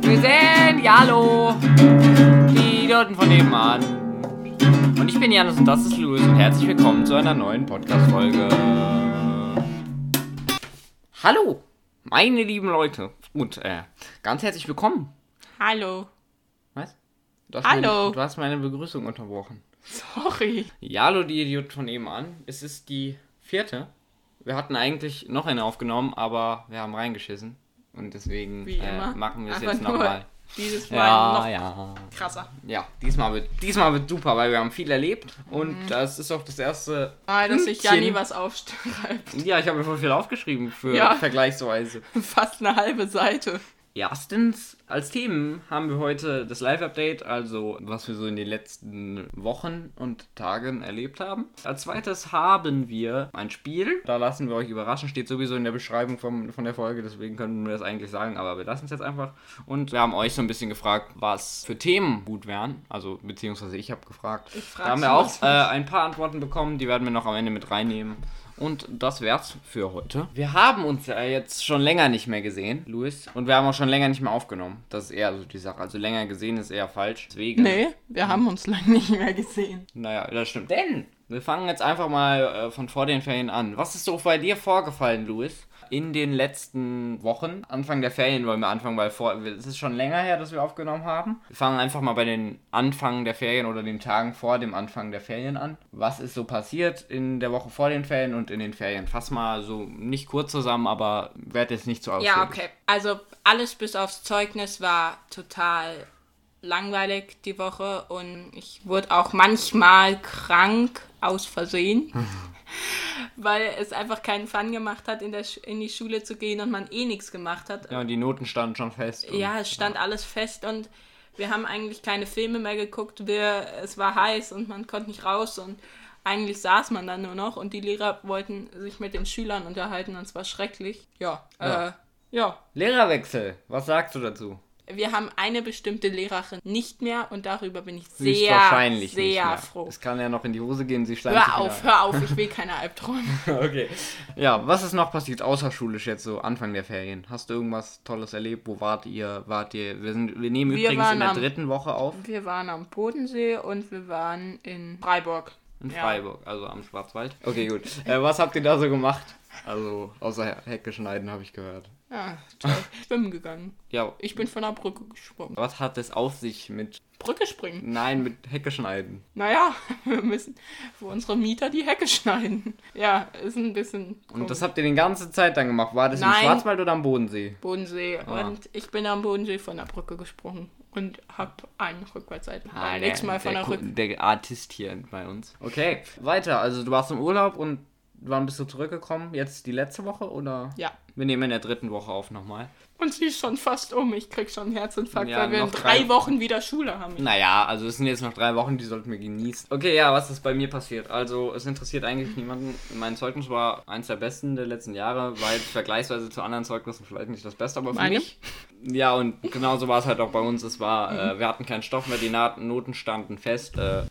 Wir sind Jalo, die Idioten von nebenan. Und ich bin Janus und das ist Louis und herzlich willkommen zu einer neuen Podcast-Folge. Hallo, meine lieben Leute. Und äh, ganz herzlich willkommen. Hallo. Was? Du hast Hallo. Meine, du hast meine Begrüßung unterbrochen. Sorry. Jalo, die Idioten von nebenan. Es ist die vierte. Wir hatten eigentlich noch eine aufgenommen, aber wir haben reingeschissen. Und deswegen Wie äh, immer. machen wir es Aber jetzt nur nochmal. Dieses Mal Ja, noch ja. krasser. Ja, diesmal wird, diesmal wird super, weil wir haben viel erlebt und das ist auch das erste. Ah, dass sich Pünktchen. Janni was aufschreibt. Ja, ich habe mir voll viel aufgeschrieben für Ja. vergleichsweise. Fast eine halbe Seite. Erstens, als Themen haben wir heute das Live-Update, also was wir so in den letzten Wochen und Tagen erlebt haben. Als zweites haben wir ein Spiel, da lassen wir euch überraschen, steht sowieso in der Beschreibung vom, von der Folge, deswegen können wir das eigentlich sagen, aber wir lassen es jetzt einfach. Und wir haben euch so ein bisschen gefragt, was für Themen gut wären, also beziehungsweise ich habe gefragt. frag Da haben wir schon auch was. äh, ein paar Antworten bekommen, die werden wir noch am Ende mit reinnehmen. Und das wär's für heute. Wir haben uns ja jetzt schon länger nicht mehr gesehen, Luis. Und wir haben auch schon länger nicht mehr aufgenommen. Das ist eher so die Sache. Also länger gesehen ist eher falsch. Deswegen. Nee, wir haben uns lange nicht mehr gesehen. Naja, das stimmt. Denn wir fangen jetzt einfach mal äh, von vor den Ferien an. Was ist so bei dir vorgefallen, Luis? In den letzten Wochen, Anfang der Ferien wollen wir anfangen, weil vor, es ist schon länger her, dass wir aufgenommen haben. Wir fangen einfach mal bei den Anfang der Ferien oder den Tagen vor dem Anfang der Ferien an. Was ist so passiert in der Woche vor den Ferien und in den Ferien? Fass mal so nicht kurz zusammen, aber werd jetzt nicht so ausführlich. Ja, okay. Also alles bis aufs Zeugnis war total langweilig die Woche und ich wurde auch manchmal krank aus Versehen, weil es einfach keinen Fun gemacht hat, in, der Sch in die Schule zu gehen und man eh nichts gemacht hat. Ja, und die Noten standen schon fest. und- Ja, es stand alles fest und wir haben eigentlich keine Filme mehr geguckt. Wir, es war heiß und man konnte nicht raus und eigentlich saß man dann nur noch und die Lehrer wollten sich mit den Schülern unterhalten und es war schrecklich. Ja, ja. Äh, ja. Lehrerwechsel, was sagst du dazu? Wir haben eine bestimmte Lehrerin nicht mehr und darüber bin ich sehr, Höchstwahrscheinlich sehr nicht mehr. froh. Es kann ja noch in die Hose gehen, sie schleimt sich Hör wieder auf, hör auf, ich will keine Albträume. Okay. Ja, was ist noch passiert außerschulisch jetzt so Anfang der Ferien? Hast du irgendwas Tolles erlebt? Wo wart ihr? Wart ihr? Wir sind, wir nehmen Wir übrigens in waren der am- dritten Woche auf Wir waren am Bodensee und wir waren in Freiburg. in Ja. Freiburg, also am Schwarzwald. Okay, gut. Äh, was habt ihr da so gemacht? Also außer He- Hecke schneiden habe ich gehört. Ja, toll. Schwimmen gegangen. Ja. Ich bin von der Brücke gesprungen. Was hat es auf sich mit? Brücke springen. Nein, mit Hecke schneiden. Naja, wir müssen für unsere Mieter die Hecke schneiden. Ja, ist ein bisschen. Und das komisch. habt ihr die ganze Zeit dann gemacht. War das im Nein. Schwarzwald oder am Bodensee? Bodensee. Ah. Und ich bin am Bodensee von der Brücke gesprungen und hab einen Rückwärtsseiten. Ah, Ah, Nächstes Mal von der, Ku- Rück der Artist hier bei uns. Okay, weiter. Also du warst im Urlaub und wann bist du zurückgekommen? Jetzt die letzte Woche oder? Ja. Wir nehmen in der dritten Woche auf nochmal. Und sie ist schon fast um. Ich krieg schon einen Herzinfarkt, Ja, weil wir in noch drei drei- Wochen wieder Schule haben. Naja, also es sind jetzt noch drei Wochen, die sollten wir genießen. Okay, ja, was ist bei mir passiert? Also es interessiert eigentlich niemanden. Mein Zeugnis war eins der besten der letzten Jahre, war jetzt vergleichsweise zu anderen Zeugnissen vielleicht nicht das Beste, aber für Meine? mich. Ja, und genauso war es halt auch bei uns. Es war, Mhm. äh, wir hatten keinen Stoff mehr, die Na Noten standen fest. Äh,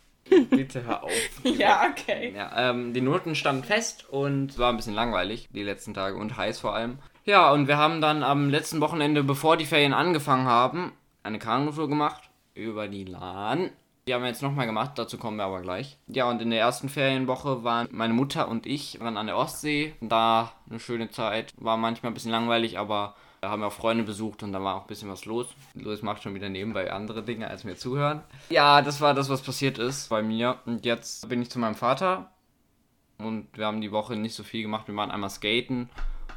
bitte hör auf. Ja, okay. Ja, ähm, die Noten standen fest und es war ein bisschen langweilig die letzten Tage und heiß vor allem. Ja, und wir haben dann am letzten Wochenende, bevor die Ferien angefangen haben, eine Kanutour gemacht über die Lahn. Die haben wir jetzt nochmal gemacht, dazu kommen wir aber gleich. Ja, und in der ersten Ferienwoche waren meine Mutter und ich waren an der Ostsee. Da eine schöne Zeit, war manchmal ein bisschen langweilig, aber da haben wir auch Freunde besucht und da war auch ein bisschen was los. Louis macht schon wieder nebenbei andere Dinge, als mir zuhören. Ja, das war das, was passiert ist bei mir. Und jetzt bin ich zu meinem Vater und wir haben die Woche nicht so viel gemacht. Wir waren einmal skaten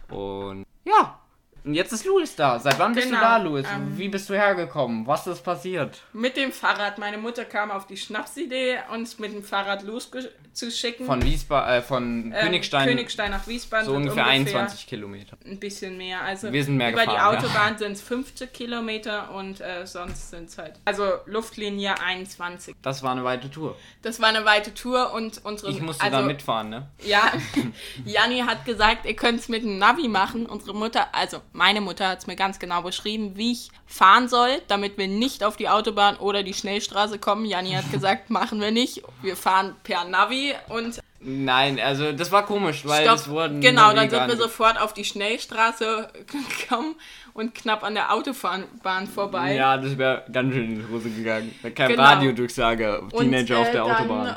und ja. Und jetzt ist Louis da. Seit wann bist du Genau, da, Louis? ähm, Wie bist du hergekommen? Was ist passiert? Mit dem Fahrrad. Meine Mutter kam auf die Schnapsidee, uns mit dem Fahrrad loszuschicken. Von Wiesba äh, von Ähm, Königstein, Königstein nach Wiesbaden. so sind ungefähr 21 Kilometer. ein bisschen mehr. Also Wir sind mehr über gefahren, die Autobahn sind es 50 Kilometer und äh, sonst sind es halt. Also Luftlinie 21. Das war eine weite Tour. Das war eine weite Tour und unsere. Ich musste also, da mitfahren, ne? Ja, Janni hat gesagt, ihr könnt es mit dem Navi machen. Unsere Mutter, also meine Mutter hat es mir ganz genau beschrieben, wie ich fahren soll, damit wir nicht auf die Autobahn oder die Schnellstraße kommen. Janni hat gesagt, machen wir nicht. Wir fahren per Navi und Nein, also das war komisch, weil Stopp. es wurden. genau, nur dann Wege sind wir ange- sofort auf die Schnellstraße gekommen und knapp an der Autobahn vorbei. Ja, das wäre ganz schön in die Hose gegangen. Kein Genau. Radiodurchsage, und, Teenager auf äh, der dann, Autobahn.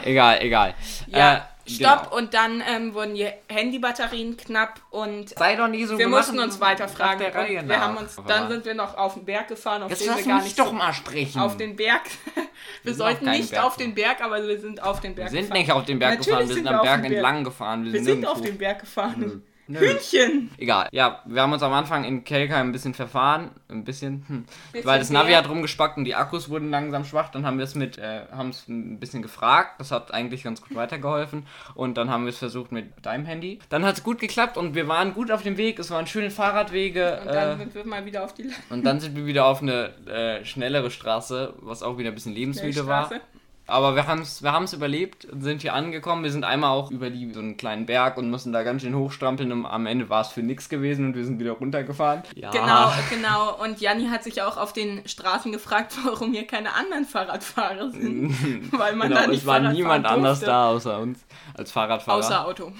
Äh, Egal, egal. ja, Äh, stopp. genau. Und dann ähm, wurden die Handybatterien knapp und Sei doch nie so wir wir mussten machen uns weiter fragen. nach der Reihe Und wir haben nach. uns, Aber dann sind wir noch auf den Berg gefahren, auf Jetzt den wir lass gar mich nicht doch mal sprechen. auf den Berg. Wir, sind auf sollten keinem nicht Berg auf den Berg, aber wir sind auf den Berg wir sind gefahren. nicht auf den Berg Natürlich gefahren, wir sind sind wir am auf Berg den Berg. entlang gefahren. Wir, wir sind auf nirgendwo- den Berg gefahren. Hühnchen! Egal. Ja, wir haben uns am Anfang in Kelkheim ein bisschen verfahren. Ein bisschen. Hm. Bisschen Weil das Navi sehr. hat rumgespackt und die Akkus wurden langsam schwach. Dann haben wir es mit, äh, haben es ein bisschen gefragt. Das hat eigentlich ganz gut weitergeholfen. Und dann haben wir es versucht mit deinem Handy. Dann hat es gut geklappt und wir waren gut auf dem Weg. Es waren schöne Fahrradwege. Und dann äh, sind wir mal wieder auf die und dann sind wir wieder auf eine äh, schnellere Straße, was auch wieder ein bisschen lebensmüde war. Landstraße. Aber wir haben es wir haben's überlebt und sind hier angekommen. Wir sind einmal auch über die, so einen kleinen Berg und mussten da ganz schön hochstrampeln. Und am Ende war es für nix gewesen und wir sind wieder runtergefahren. Ja. Genau, Ah. genau. Und Janni hat sich auch auf den Straßen gefragt, warum hier keine anderen Fahrradfahrer sind. Weil man da Genau, nicht es war Fahrrad niemand fahren anders durfte. da außer uns als Fahrradfahrer. Außer Auto.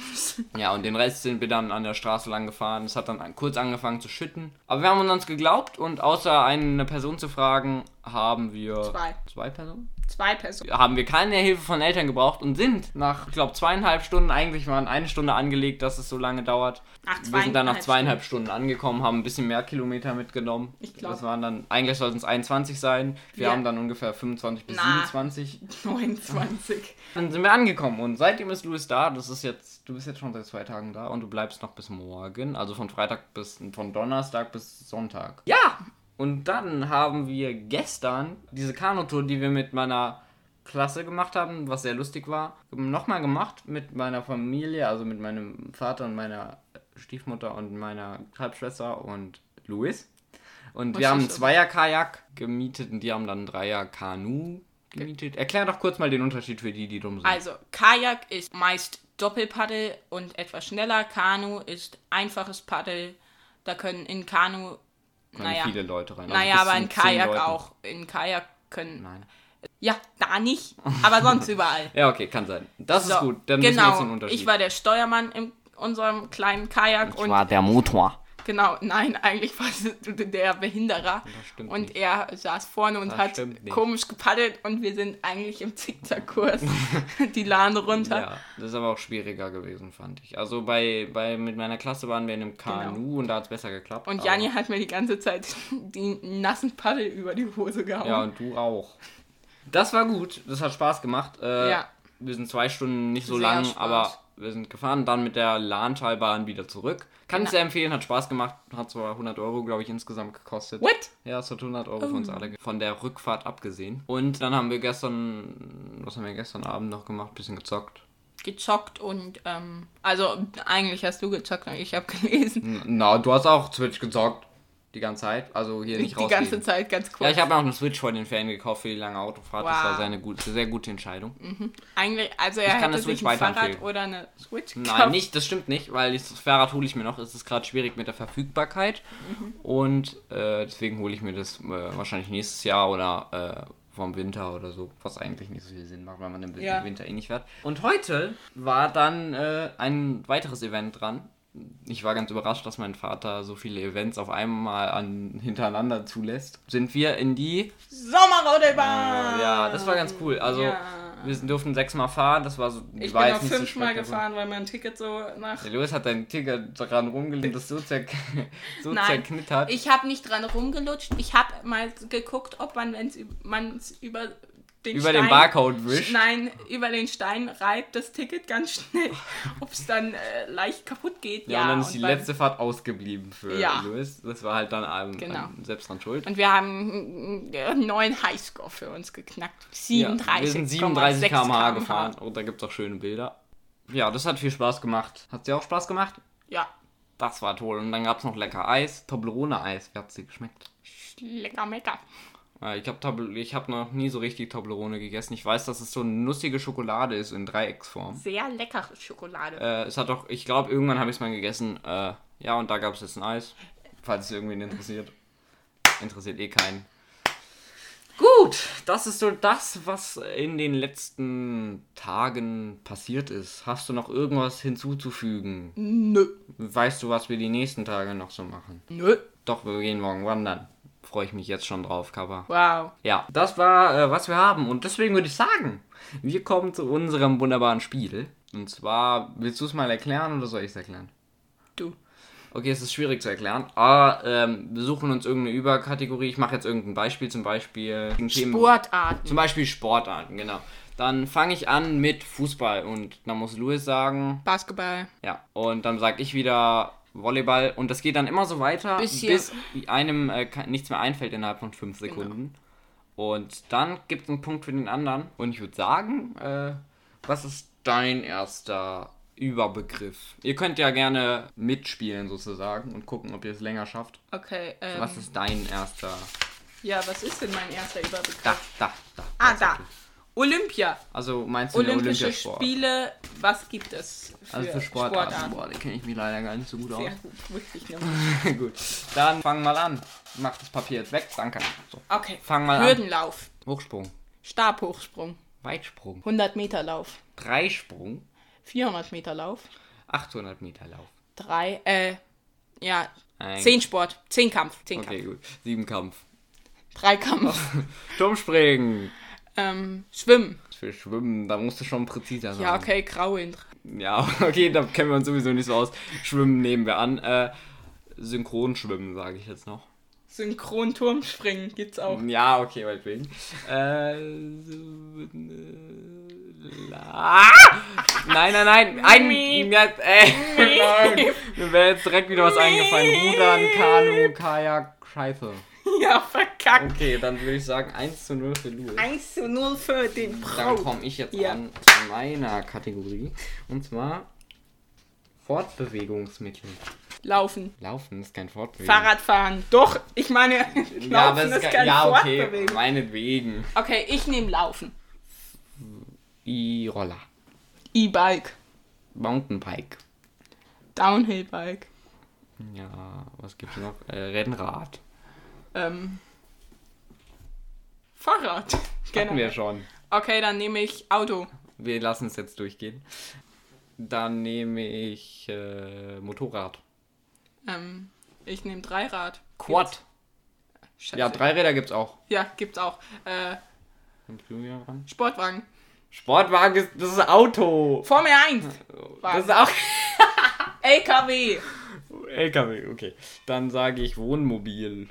Ja, und den Rest sind wir dann an der Straße lang gefahren. Es hat dann an- kurz angefangen zu schütten. Aber wir haben uns geglaubt und außer eine Person zu fragen, haben wir. Zwei. Zwei Personen? Zwei Personen. haben wir keine Hilfe von Eltern gebraucht und sind nach, ich glaube, zweieinhalb Stunden, eigentlich waren eine Stunde angelegt, dass es so lange dauert. Ach, wir sind dann nach zweieinhalb zweieinhalb Stunden angekommen, haben ein bisschen mehr Kilometer mitgenommen. Ich glaub. Das waren dann, eigentlich sollten es 21 sein. Wir Ja. haben dann ungefähr 25 bis Na. 27. 29. Dann sind wir angekommen und seitdem ist Louis da. Das ist jetzt, du bist jetzt schon seit zwei Tagen da und du bleibst noch bis morgen, also von Freitag bis, von Donnerstag bis Sonntag. Ja! Und dann haben wir gestern diese Kanutour, die wir mit meiner Klasse gemacht haben, was sehr lustig war, nochmal gemacht mit meiner Familie, also mit meinem Vater und meiner Stiefmutter und meiner Halbschwester und Louis. Und Was wir haben ist ein das? Zweier-Kajak gemietet und die haben dann ein Dreier-Kanu gemietet. Erklär doch kurz mal den Unterschied für die, die dumm sind. Also, Kajak ist meist Doppelpaddel und etwas schneller. Kanu ist einfaches Paddel. Da können in Kanu, Können naja. viele Leute rein. also naja, bis aber zu in zehn Kajak Leuten. auch. In Kajak können. Nein. Ja, da nicht, aber sonst überall. Ja, okay, kann sein. Das ist So, gut, dann wissen wir jetzt genau. den Unterschied. ich war der Steuermann in unserem kleinen Kajak und der Motor. genau, nein, eigentlich war es der Behinderer. stimmt und nicht. er saß vorne und Das hat stimmt nicht. komisch gepaddelt und wir sind eigentlich im Zickzackkurs die Lahn runter. Ja, das ist aber auch schwieriger gewesen, fand ich. Also bei, bei mit meiner Klasse waren wir in einem Kanu und da hat es besser geklappt. Genau. Und aber- Janni hat mir die ganze Zeit die nassen Paddel über die Hose gehauen. Ja, und du auch. Das war gut, das hat Spaß gemacht. Äh, Ja. Wir sind zwei Stunden nicht so Sehr lang, Spaß. aber wir sind gefahren, dann mit der Lahntalbahn wieder zurück. Kann Genau. ich sehr empfehlen, hat Spaß gemacht, hat zwar 100 Euro, glaube ich, insgesamt gekostet. What? Oh. Ja, es hat 100 Euro für uns alle, ge- von der Rückfahrt abgesehen. Und dann haben wir gestern, was haben wir gestern Abend noch gemacht? Bisschen gezockt. Gezockt und, ähm, also eigentlich hast du gezockt und ich habe gelesen. Na, du hast auch Switch gezockt. Die ganze Zeit. Also hier nicht Die rausgehen. ganze Zeit ganz kurz. ja, ich habe mir auch eine Switch vor den Ferien gekauft für die lange Autofahrt. Das war Wow. eine gute, sehr gute Entscheidung. Eigentlich, also er kann hätte das sich Switch ein Fahrrad weiterempfehlen. oder eine Switch Nein, nicht, das stimmt nicht, weil das Fahrrad hole ich mir noch. Es ist gerade schwierig mit der Verfügbarkeit. Mhm. Und äh, deswegen hole ich mir das äh, wahrscheinlich nächstes Jahr oder äh, vom Winter oder so. Was eigentlich nicht so viel Sinn macht, weil man im Ja. Winter eh nicht fährt. Und heute war dann äh, ein weiteres Event dran. Ich war ganz überrascht, dass mein Vater so viele Events auf einmal an, hintereinander zulässt. Sind wir in die Sommerrodelbahn! Ja, das war ganz cool. Also Ah, Ja. wir durften sechsmal fahren, das war so. Ich war bin jetzt noch nicht so fünfmal spektakulär. gefahren, weil mein Ticket so nach. Der Louis hat seinen Ticker dran rumgelehnt, das so, zerk so Nein, zerknittert. ich habe nicht dran rumgelutscht. Ich habe mal geguckt, ob man, wenn es über den über Stein, den Barcode wischt. Nein, über den Stein reibt das Ticket ganz schnell, ob es dann äh, leicht kaputt geht. Ja, Ja, und dann ist die beim- letzte Fahrt ausgeblieben für Ja. Louis. Das war halt dann ähm, Genau. ähm, selbst dran schuld. Und wir haben äh, einen neuen Highscore für uns geknackt. ja, 37, wir sind 37 km/h km/h. gefahren und da gibt es auch schöne Bilder. Ja, das hat viel Spaß gemacht. Hat dir auch Spaß gemacht? Ja, Das war toll. Und dann gab es noch lecker Eis, Toblerone-Eis. Wie hat es dir geschmeckt? lecker, mecker. Äh, Ich habe ich hab noch nie so richtig Toblerone gegessen. Ich weiß, dass es so eine nussige Schokolade ist in Dreiecksform. Sehr leckere Schokolade. Äh, es hat doch, ich glaube, irgendwann habe ich es mal gegessen. Äh, ja, und da gab es jetzt ein Eis. Falls es irgendwen interessiert. Interessiert eh keinen. Gut, das ist so das, was in den letzten Tagen passiert ist. Hast du noch irgendwas hinzuzufügen? Nö. Weißt du, was wir die nächsten Tage noch so machen? Nö. Doch, wir gehen morgen wandern. Freue ich mich jetzt schon drauf, Kappa. Wow. Ja, das war, äh, was wir haben. Und deswegen würde ich sagen, wir kommen zu unserem wunderbaren Spiel. Und zwar, willst du es mal erklären oder soll ich es erklären? Du. Okay, es ist schwierig zu erklären. Aber ähm, wir suchen uns irgendeine Überkategorie. Ich mache jetzt irgendein Beispiel, zum Beispiel. Sportarten. Zum Beispiel Sportarten, genau. Dann fange ich an mit Fußball und dann muss Louis sagen, Basketball. ja. Und dann sage ich wieder Volleyball und das geht dann immer so weiter, Bis hier. Genau. bis einem äh, ke- nichts mehr einfällt innerhalb von fünf Sekunden. Und dann gibt es einen Punkt für den anderen. Und ich würde sagen, äh, was ist dein erster Überbegriff? Ihr könnt ja gerne mitspielen sozusagen und gucken, ob ihr es länger schafft. Okay. Ähm, Was ist dein erster? Ja, was ist denn mein erster Überbegriff? Da, da, da. Ah, da. Olympia. Also meinst du den Olympische Olympiasport? Spiele. Was gibt es für, Also für Sportarten. Sportarten? Boah, da kenne ich mich leider gar nicht so gut aus. Sehr gut, wirklich nicht. gut, dann fang mal an. Mach das Papier jetzt weg, danke. So. Okay. Fang mal an. Hürdenlauf. Hochsprung, Stabhochsprung. Weitsprung, 100 Meter Lauf. Dreisprung, 400 Meter Lauf. 800 Meter Lauf. Drei, äh, ja, Ein- zehn Sport, zehn Kampf, zehn Okay, Kampf, gut. Siebenkampf. drei Kampf, Turmspringen. ähm, Schwimmen. Für Schwimmen, da musst du schon präziser sein. Ja, okay, Grauen. Ja, okay, da kennen wir uns sowieso nicht so aus. Schwimmen nehmen wir an. Äh, Synchronschwimmen, sage ich jetzt noch. Synchronturmspringen gibt's auch. Ja, okay, meinetwegen. Äh, la- nein, nein, nein. Ein, Miep. ja, äh, nein. Mir wäre jetzt direkt wieder was eingefallen. Rudern, Kanu, Kajak, Scheiße. Ja, verkackt. Okay, dann würde ich sagen 1 zu 0 für Louis. 1 zu 0 für den Dann Pro. komme ich jetzt Ja. an zu meiner Kategorie. Und zwar Fortbewegungsmittel. Laufen. Laufen ist kein Fortbewegung. Fahrradfahren. Doch, ich meine, Laufen Ja, aber es ist ist kein kein, ja, okay, Fortbewegung. meinetwegen. Okay, ich nehme Laufen. Die Roller. E-Bike. Mountainbike. Downhill-Bike. Ja, was gibt's noch? Äh, Rennrad. Ähm, Fahrrad. Genau. Hatten wir schon. Okay, dann nehme ich Auto. Wir lassen es jetzt durchgehen. Dann nehme ich äh, Motorrad. Ähm, ich nehme Dreirad. Quad. Scheiße. Ja, Dreiräder gibt's auch. Ja, gibt's auch. Äh, Kommst du wieder dran? Sportwagen. Sportwagen ist das ist Auto. Formel 1. Das Wagen. ist auch LKW. LKW, okay. Dann sage ich Wohnmobil.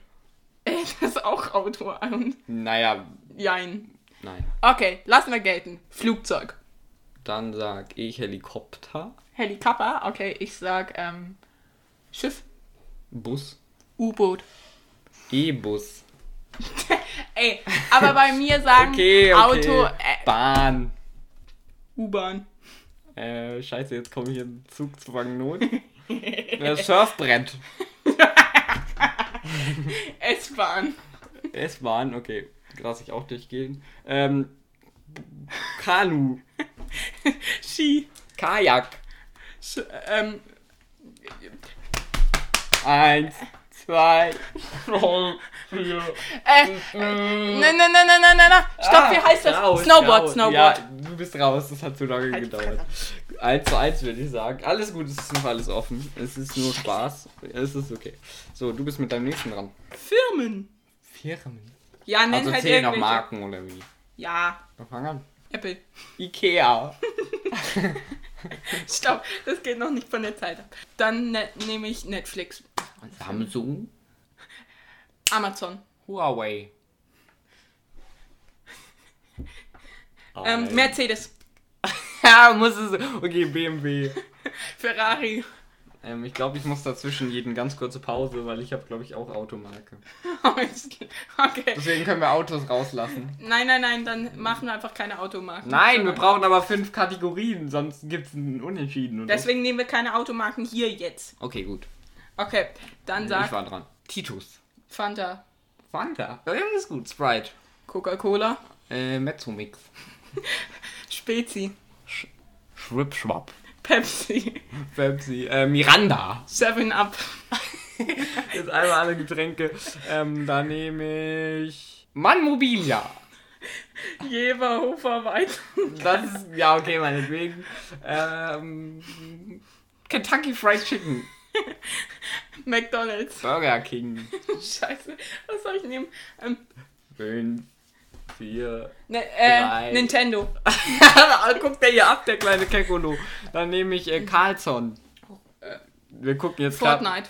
Ey, das ist auch Auto an. Naja, Jein. nein. Okay, lassen wir gelten. Flugzeug. Dann sag ich Helikopter, Helikopter. Okay, ich sag ähm, Schiff. Bus, U-Boot. E-Bus. Ey, aber bei mir sagen Okay, okay. Auto, äh, Bahn. U-Bahn. Äh, scheiße, jetzt komme ich in Zugzwangnot. äh, Surfbrett. S-Bahn. S-Bahn, okay. Lass ich auch durchgehen. Ähm, Kanu. Ski. Kajak. Sch ähm, Eins, zwei, drei, vier. äh, Mm, nein, nein, nein, nein, nein, nein, nein. Stopp, wie heißt das? Ah, raus, Snowboard, raus. Snowboard. Ja, du bist raus, das hat zu lange Halt die gedauert. Eins zu eins würde ich sagen. Alles gut, es ist noch alles offen. Es ist nur Spaß. Es ist okay. So, du bist mit deinem nächsten dran. Firmen. Firmen. Ja, nenn Also halt zähl noch irgendwelche. Marken oder wie? Ja, Dann fang an. Apple. Ikea. Stopp, das geht noch nicht von der Zeit ab. Dann ne nehme ich Netflix, Samsung. Amazon. Huawei. Ah, Ähm, Mercedes, ja, muss es. Okay, BMW. Ferrari. Ähm, ich glaube, ich muss dazwischen jeden ganz kurze Pause, weil ich habe, glaube ich, auch Automarke. okay. Deswegen können wir Autos rauslassen. Nein, nein, nein, dann machen wir einfach keine Automarken. Nein, wir brauchen aber fünf Kategorien, sonst gibt es einen Unentschieden. Oder? Deswegen nehmen wir keine Automarken hier jetzt. Okay, gut. Okay, dann Ich sag war dran. Titus. Fanta, Fanta. Ja, ist gut. Sprite. Coca-Cola, Äh, Mezzomix. Spezi, Schwipschwapp. Pepsi, Pepsi. Äh, Miranda. 7 Up, Jetzt einmal alle Getränke. Ähm, da nehme ich. Mann Mobilia. Jever, Hofer, Weid. Das ist. Ja, okay, meinetwegen. Ähm, Kentucky Fried Chicken. McDonalds. Burger King. Scheiße, was soll ich nehmen? Ähm, Fünf, vier. ne, Drei. äh, Nintendo. Guckt der hier ab, der kleine Kekolo. Dann nehme ich äh, Carlson. Äh, Wir gucken jetzt grad- Fortnite.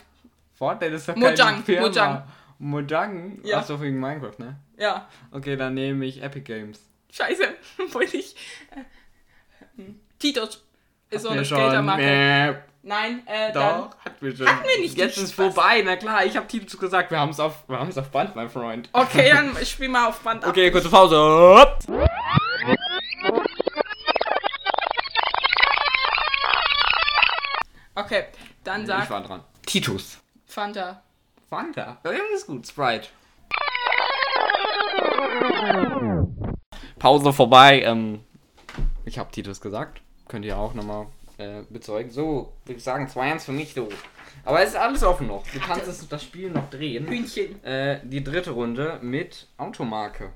Fortnite ist doch keine Mojang, Firma. Mojang. Mojang? Ja. Achso, wegen Minecraft, ne? Ja. Okay, dann nehme ich Epic Games. Scheiße, wollte ich. äh, Titus ist so eine Mir Skatermarke. Mäh. Nein, äh, dann. Doch, hatten wir schon. Hatten wir nicht Jetzt den ist Spaß? vorbei, na klar, ich habe Titus gesagt, wir haben es auf, wir haben's auf Band, mein Freund. Okay, dann spiel mal auf Band ab. Okay, kurze Pause. Hopp. Okay, dann Ich sag war dran. Titus. Fanta. Fanta. Ja, das ist gut. Sprite. Pause vorbei. Ähm, ich habe Titus gesagt. Könnt ihr auch nochmal äh, bezeugen. So, würde ich sagen, 2-1 für mich, du. Aber es ist alles offen noch. Du kannst das, das Spiel noch drehen. Hühnchen. Äh, die dritte Runde mit Automarke.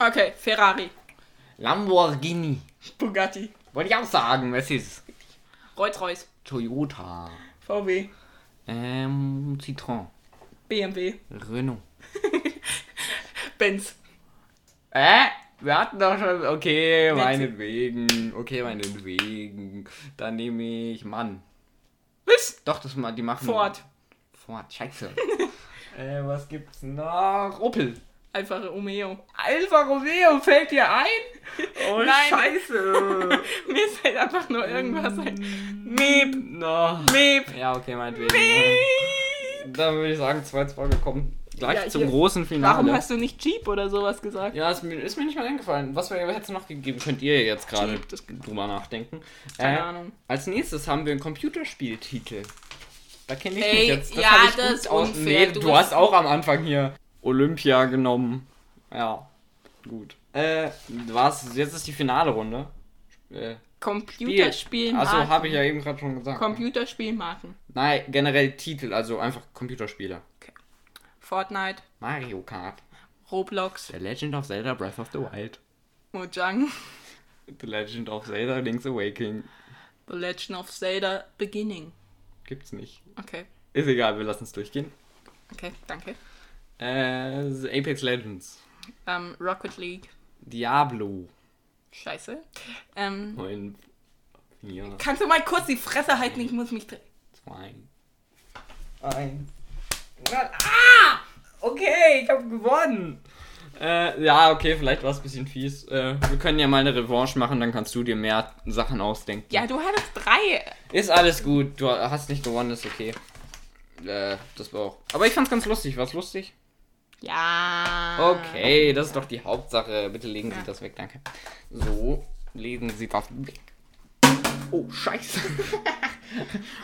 Okay, Ferrari. Lamborghini. Bugatti. Wollte ich auch sagen, es ist Rolls-Royce. Toyota. VW. Ähm, Citroën. BMW. Renault. Benz. Äh? Wir hatten doch schon. Okay, Letzte. meinetwegen. Okay, meinetwegen. Dann nehme ich. Mann. Was? Doch, das mal, die machen. Ford. Ford, scheiße. äh, was gibt's noch? Opel. Alfa Romeo. Alfa Romeo fällt dir ein? Oh, Nein. scheiße. Mir fällt einfach nur irgendwas halt. ein. Meep. no. Meep. Ja, okay, meinetwegen. Dann würde ich sagen, 2-2 gekommen. Gleich Ja, zum hier- großen Finale. Warum hast du nicht Jeep oder sowas gesagt? Ja, ist mir, ist mir nicht mal eingefallen. Was wäre jetzt noch gegeben? Könnt ihr jetzt gerade Das- drüber nachdenken. Äh, Keine Ahnung. Als nächstes haben wir einen Computerspieltitel. Da kenne ich Ey, mich jetzt. ja, hab ich das gut ist aus- unfair. Nee, du, Du hast hast- auch am Anfang hier Olympia genommen. Ja, gut. Äh, was? Jetzt ist die finale Runde. Äh, Computerspielmarken. Also habe ich ja eben gerade schon gesagt. Computerspielmarken. Nein, generell Titel, also einfach Computerspiele. Fortnite. Mario Kart. Roblox. The Legend of Zelda Breath of the Wild. Mojang. The Legend of Zelda Link's Awakening. The Legend of Zelda Beginning. Gibt's nicht. Okay. Ist egal, wir lassen es durchgehen. Okay, danke. Äh, Apex Legends. Ähm, Rocket League. Diablo. Scheiße. Ähm, 9, 4, kannst du mal kurz die Fresse halten? Ich muss mich. dre- 2, 1. Ah! Okay, ich habe gewonnen. Äh, ja, okay, vielleicht war es ein bisschen fies. Äh, wir können ja mal eine Revanche machen, dann kannst du dir mehr Sachen ausdenken. Ja, du hattest drei. Ist alles gut, du hast nicht gewonnen, ist okay. Äh, das war auch. Aber ich fand's ganz lustig, war's lustig? Ja. Ah. Okay, das ist doch die Hauptsache. Bitte legen Sie das weg, danke. So, legen Sie das weg. Oh, scheiße.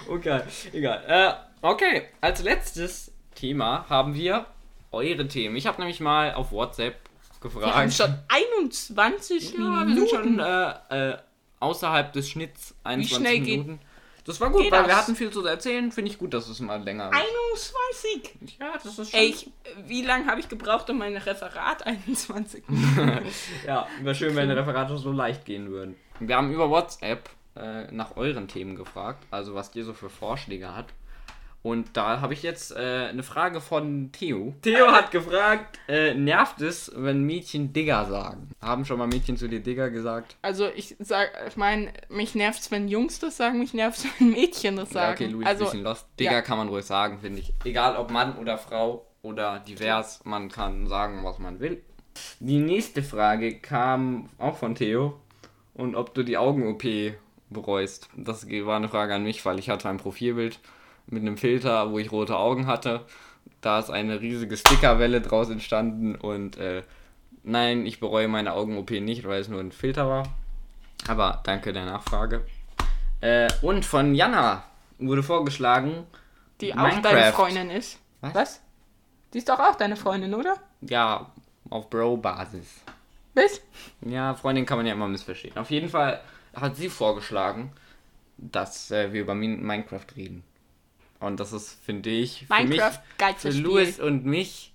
okay, egal. Äh, okay, als letztes Thema haben wir eure Themen. Ich habe nämlich mal auf WhatsApp Wir haben gefragt. schon 21 Ja, wir Minuten. sind schon äh, äh, außerhalb des Schnitts 21 schnell geht- Minuten. das war gut, geht weil wir das? hatten viel zu erzählen. Finde ich gut, dass es mal länger 21. ist. Ja, das ist schon. Ey, ich, wie lange habe ich gebraucht um mein Referat? 21. Ja, wäre schön, wenn die Referate so leicht gehen würden. Wir haben über WhatsApp äh, nach euren Themen gefragt, also was ihr so für Vorschläge habt. Und da habe ich jetzt äh, eine Frage von Theo. Theo hat gefragt, äh, nervt es, wenn Mädchen Digger sagen? Haben schon mal Mädchen zu dir Digger gesagt? Also ich sag, ich meine, mich nervt's, wenn Jungs das sagen, mich nervt's, wenn Mädchen das Ja, sagen. okay, Louis also ist ein bisschen lost. Digger ja. kann man ruhig sagen, finde ich. Egal ob Mann oder Frau oder divers, man kann sagen, was man will. Die nächste Frage kam auch von Theo. Und ob du die Augen-OP bereust. Das war eine Frage an mich, weil ich hatte ein Profilbild mit einem Filter, wo ich rote Augen hatte. Da ist eine riesige Stickerwelle draus entstanden. Und äh, nein, ich bereue meine Augen-OP nicht, weil es nur ein Filter war. Aber danke der Nachfrage. Äh, und von Jana wurde vorgeschlagen. die auch Minecraft. deine Freundin ist. Was? Die ist doch auch deine Freundin, oder? Ja, auf Bro-Basis. Bis? Ja, Freundin kann man ja immer missverstehen. Auf jeden Fall hat sie vorgeschlagen, dass äh, wir über Min- Minecraft reden. Und das ist, finde ich, für mich, Minecraft, für geilstes Spiel. Louis und mich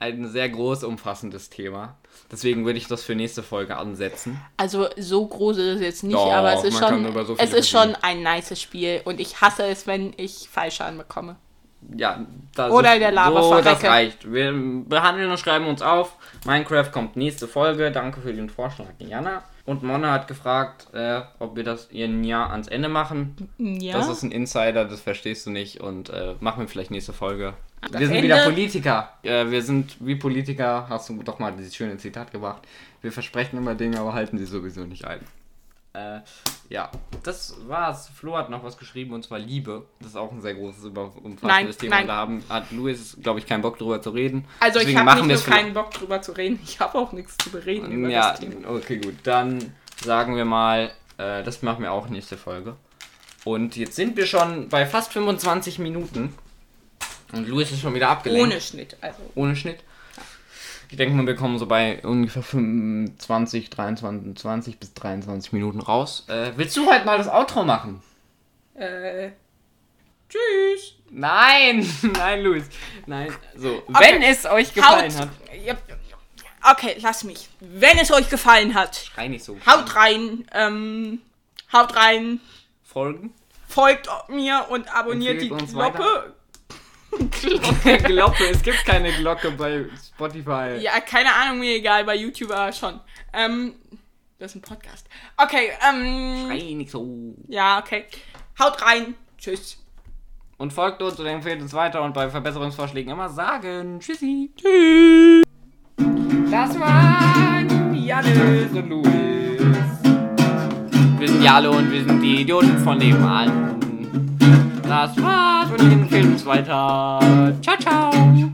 ein sehr groß umfassendes Thema. Deswegen würde ich das für nächste Folge ansetzen. Also so groß ist es jetzt nicht, Doch, aber es ist, man kann schon, über so es viele ist schon ein nices Spiel und ich hasse es, wenn ich Fallschaden bekomme. Ja, das Oder ist- in der Lava so, das verrecke. reicht. Wir behandeln und schreiben uns auf. Minecraft kommt nächste Folge. Danke für den Vorschlag, Jana. Und Mona hat gefragt, äh, ob wir das ihren Jahr ans Ende machen. Ja. Das ist ein Insider, das verstehst du nicht und äh, machen wir vielleicht nächste Folge. wir sind Ende- wieder Politiker. Äh, wir sind wie Politiker, hast du doch mal dieses schöne Zitat gebracht. Wir versprechen immer Dinge, aber halten sie sowieso nicht ein. Äh, ja, das war's. Flo hat noch was geschrieben und zwar Liebe. Das ist auch ein sehr großes, über- Nein, umfassendes Thema. nein. Da haben, hat Louis, glaube ich, keinen Bock drüber zu reden. also ich Deswegen habe nicht nur wir's vielleicht- keinen Bock drüber zu reden, ich habe auch nichts zu bereden über ja, das Thema. okay, gut. Dann sagen wir mal, äh, das machen wir auch nächste Folge. Und jetzt sind wir schon bei fast 25 Minuten. Und Louis ist schon wieder abgelenkt. Ohne Schnitt, also Ohne Schnitt. Ich denke mal, wir kommen so bei ungefähr 25, 23, 20 bis 23 Minuten raus. Äh, willst du heute mal das Outro machen? äh, tschüss. Nein, nein, Louis. Nein, so. Okay. Wenn es euch gefallen Haut. hat. Ja, okay, lass mich. Wenn es euch gefallen hat, Rein nicht so. haut rein, ähm, haut rein, Folgen. folgt mir und abonniert die Empfehlt uns Glocke. Glocke, Glocke. Es gibt keine Glocke bei Spotify. Ja, keine Ahnung, mir egal, bei YouTuber schon. Ähm, das ist ein Podcast. Okay, ähm, Rein nicht so. ja, okay. Haut rein. Tschüss. Und folgt uns und empfehlt uns weiter und bei Verbesserungsvorschlägen immer sagen. Tschüssi. Tschüss. Das waren Janis und Luis. Wir sind Jalo und wir sind die Idioten von nebenan. Das war's und empfehlen uns weiter. Ciao, ciao.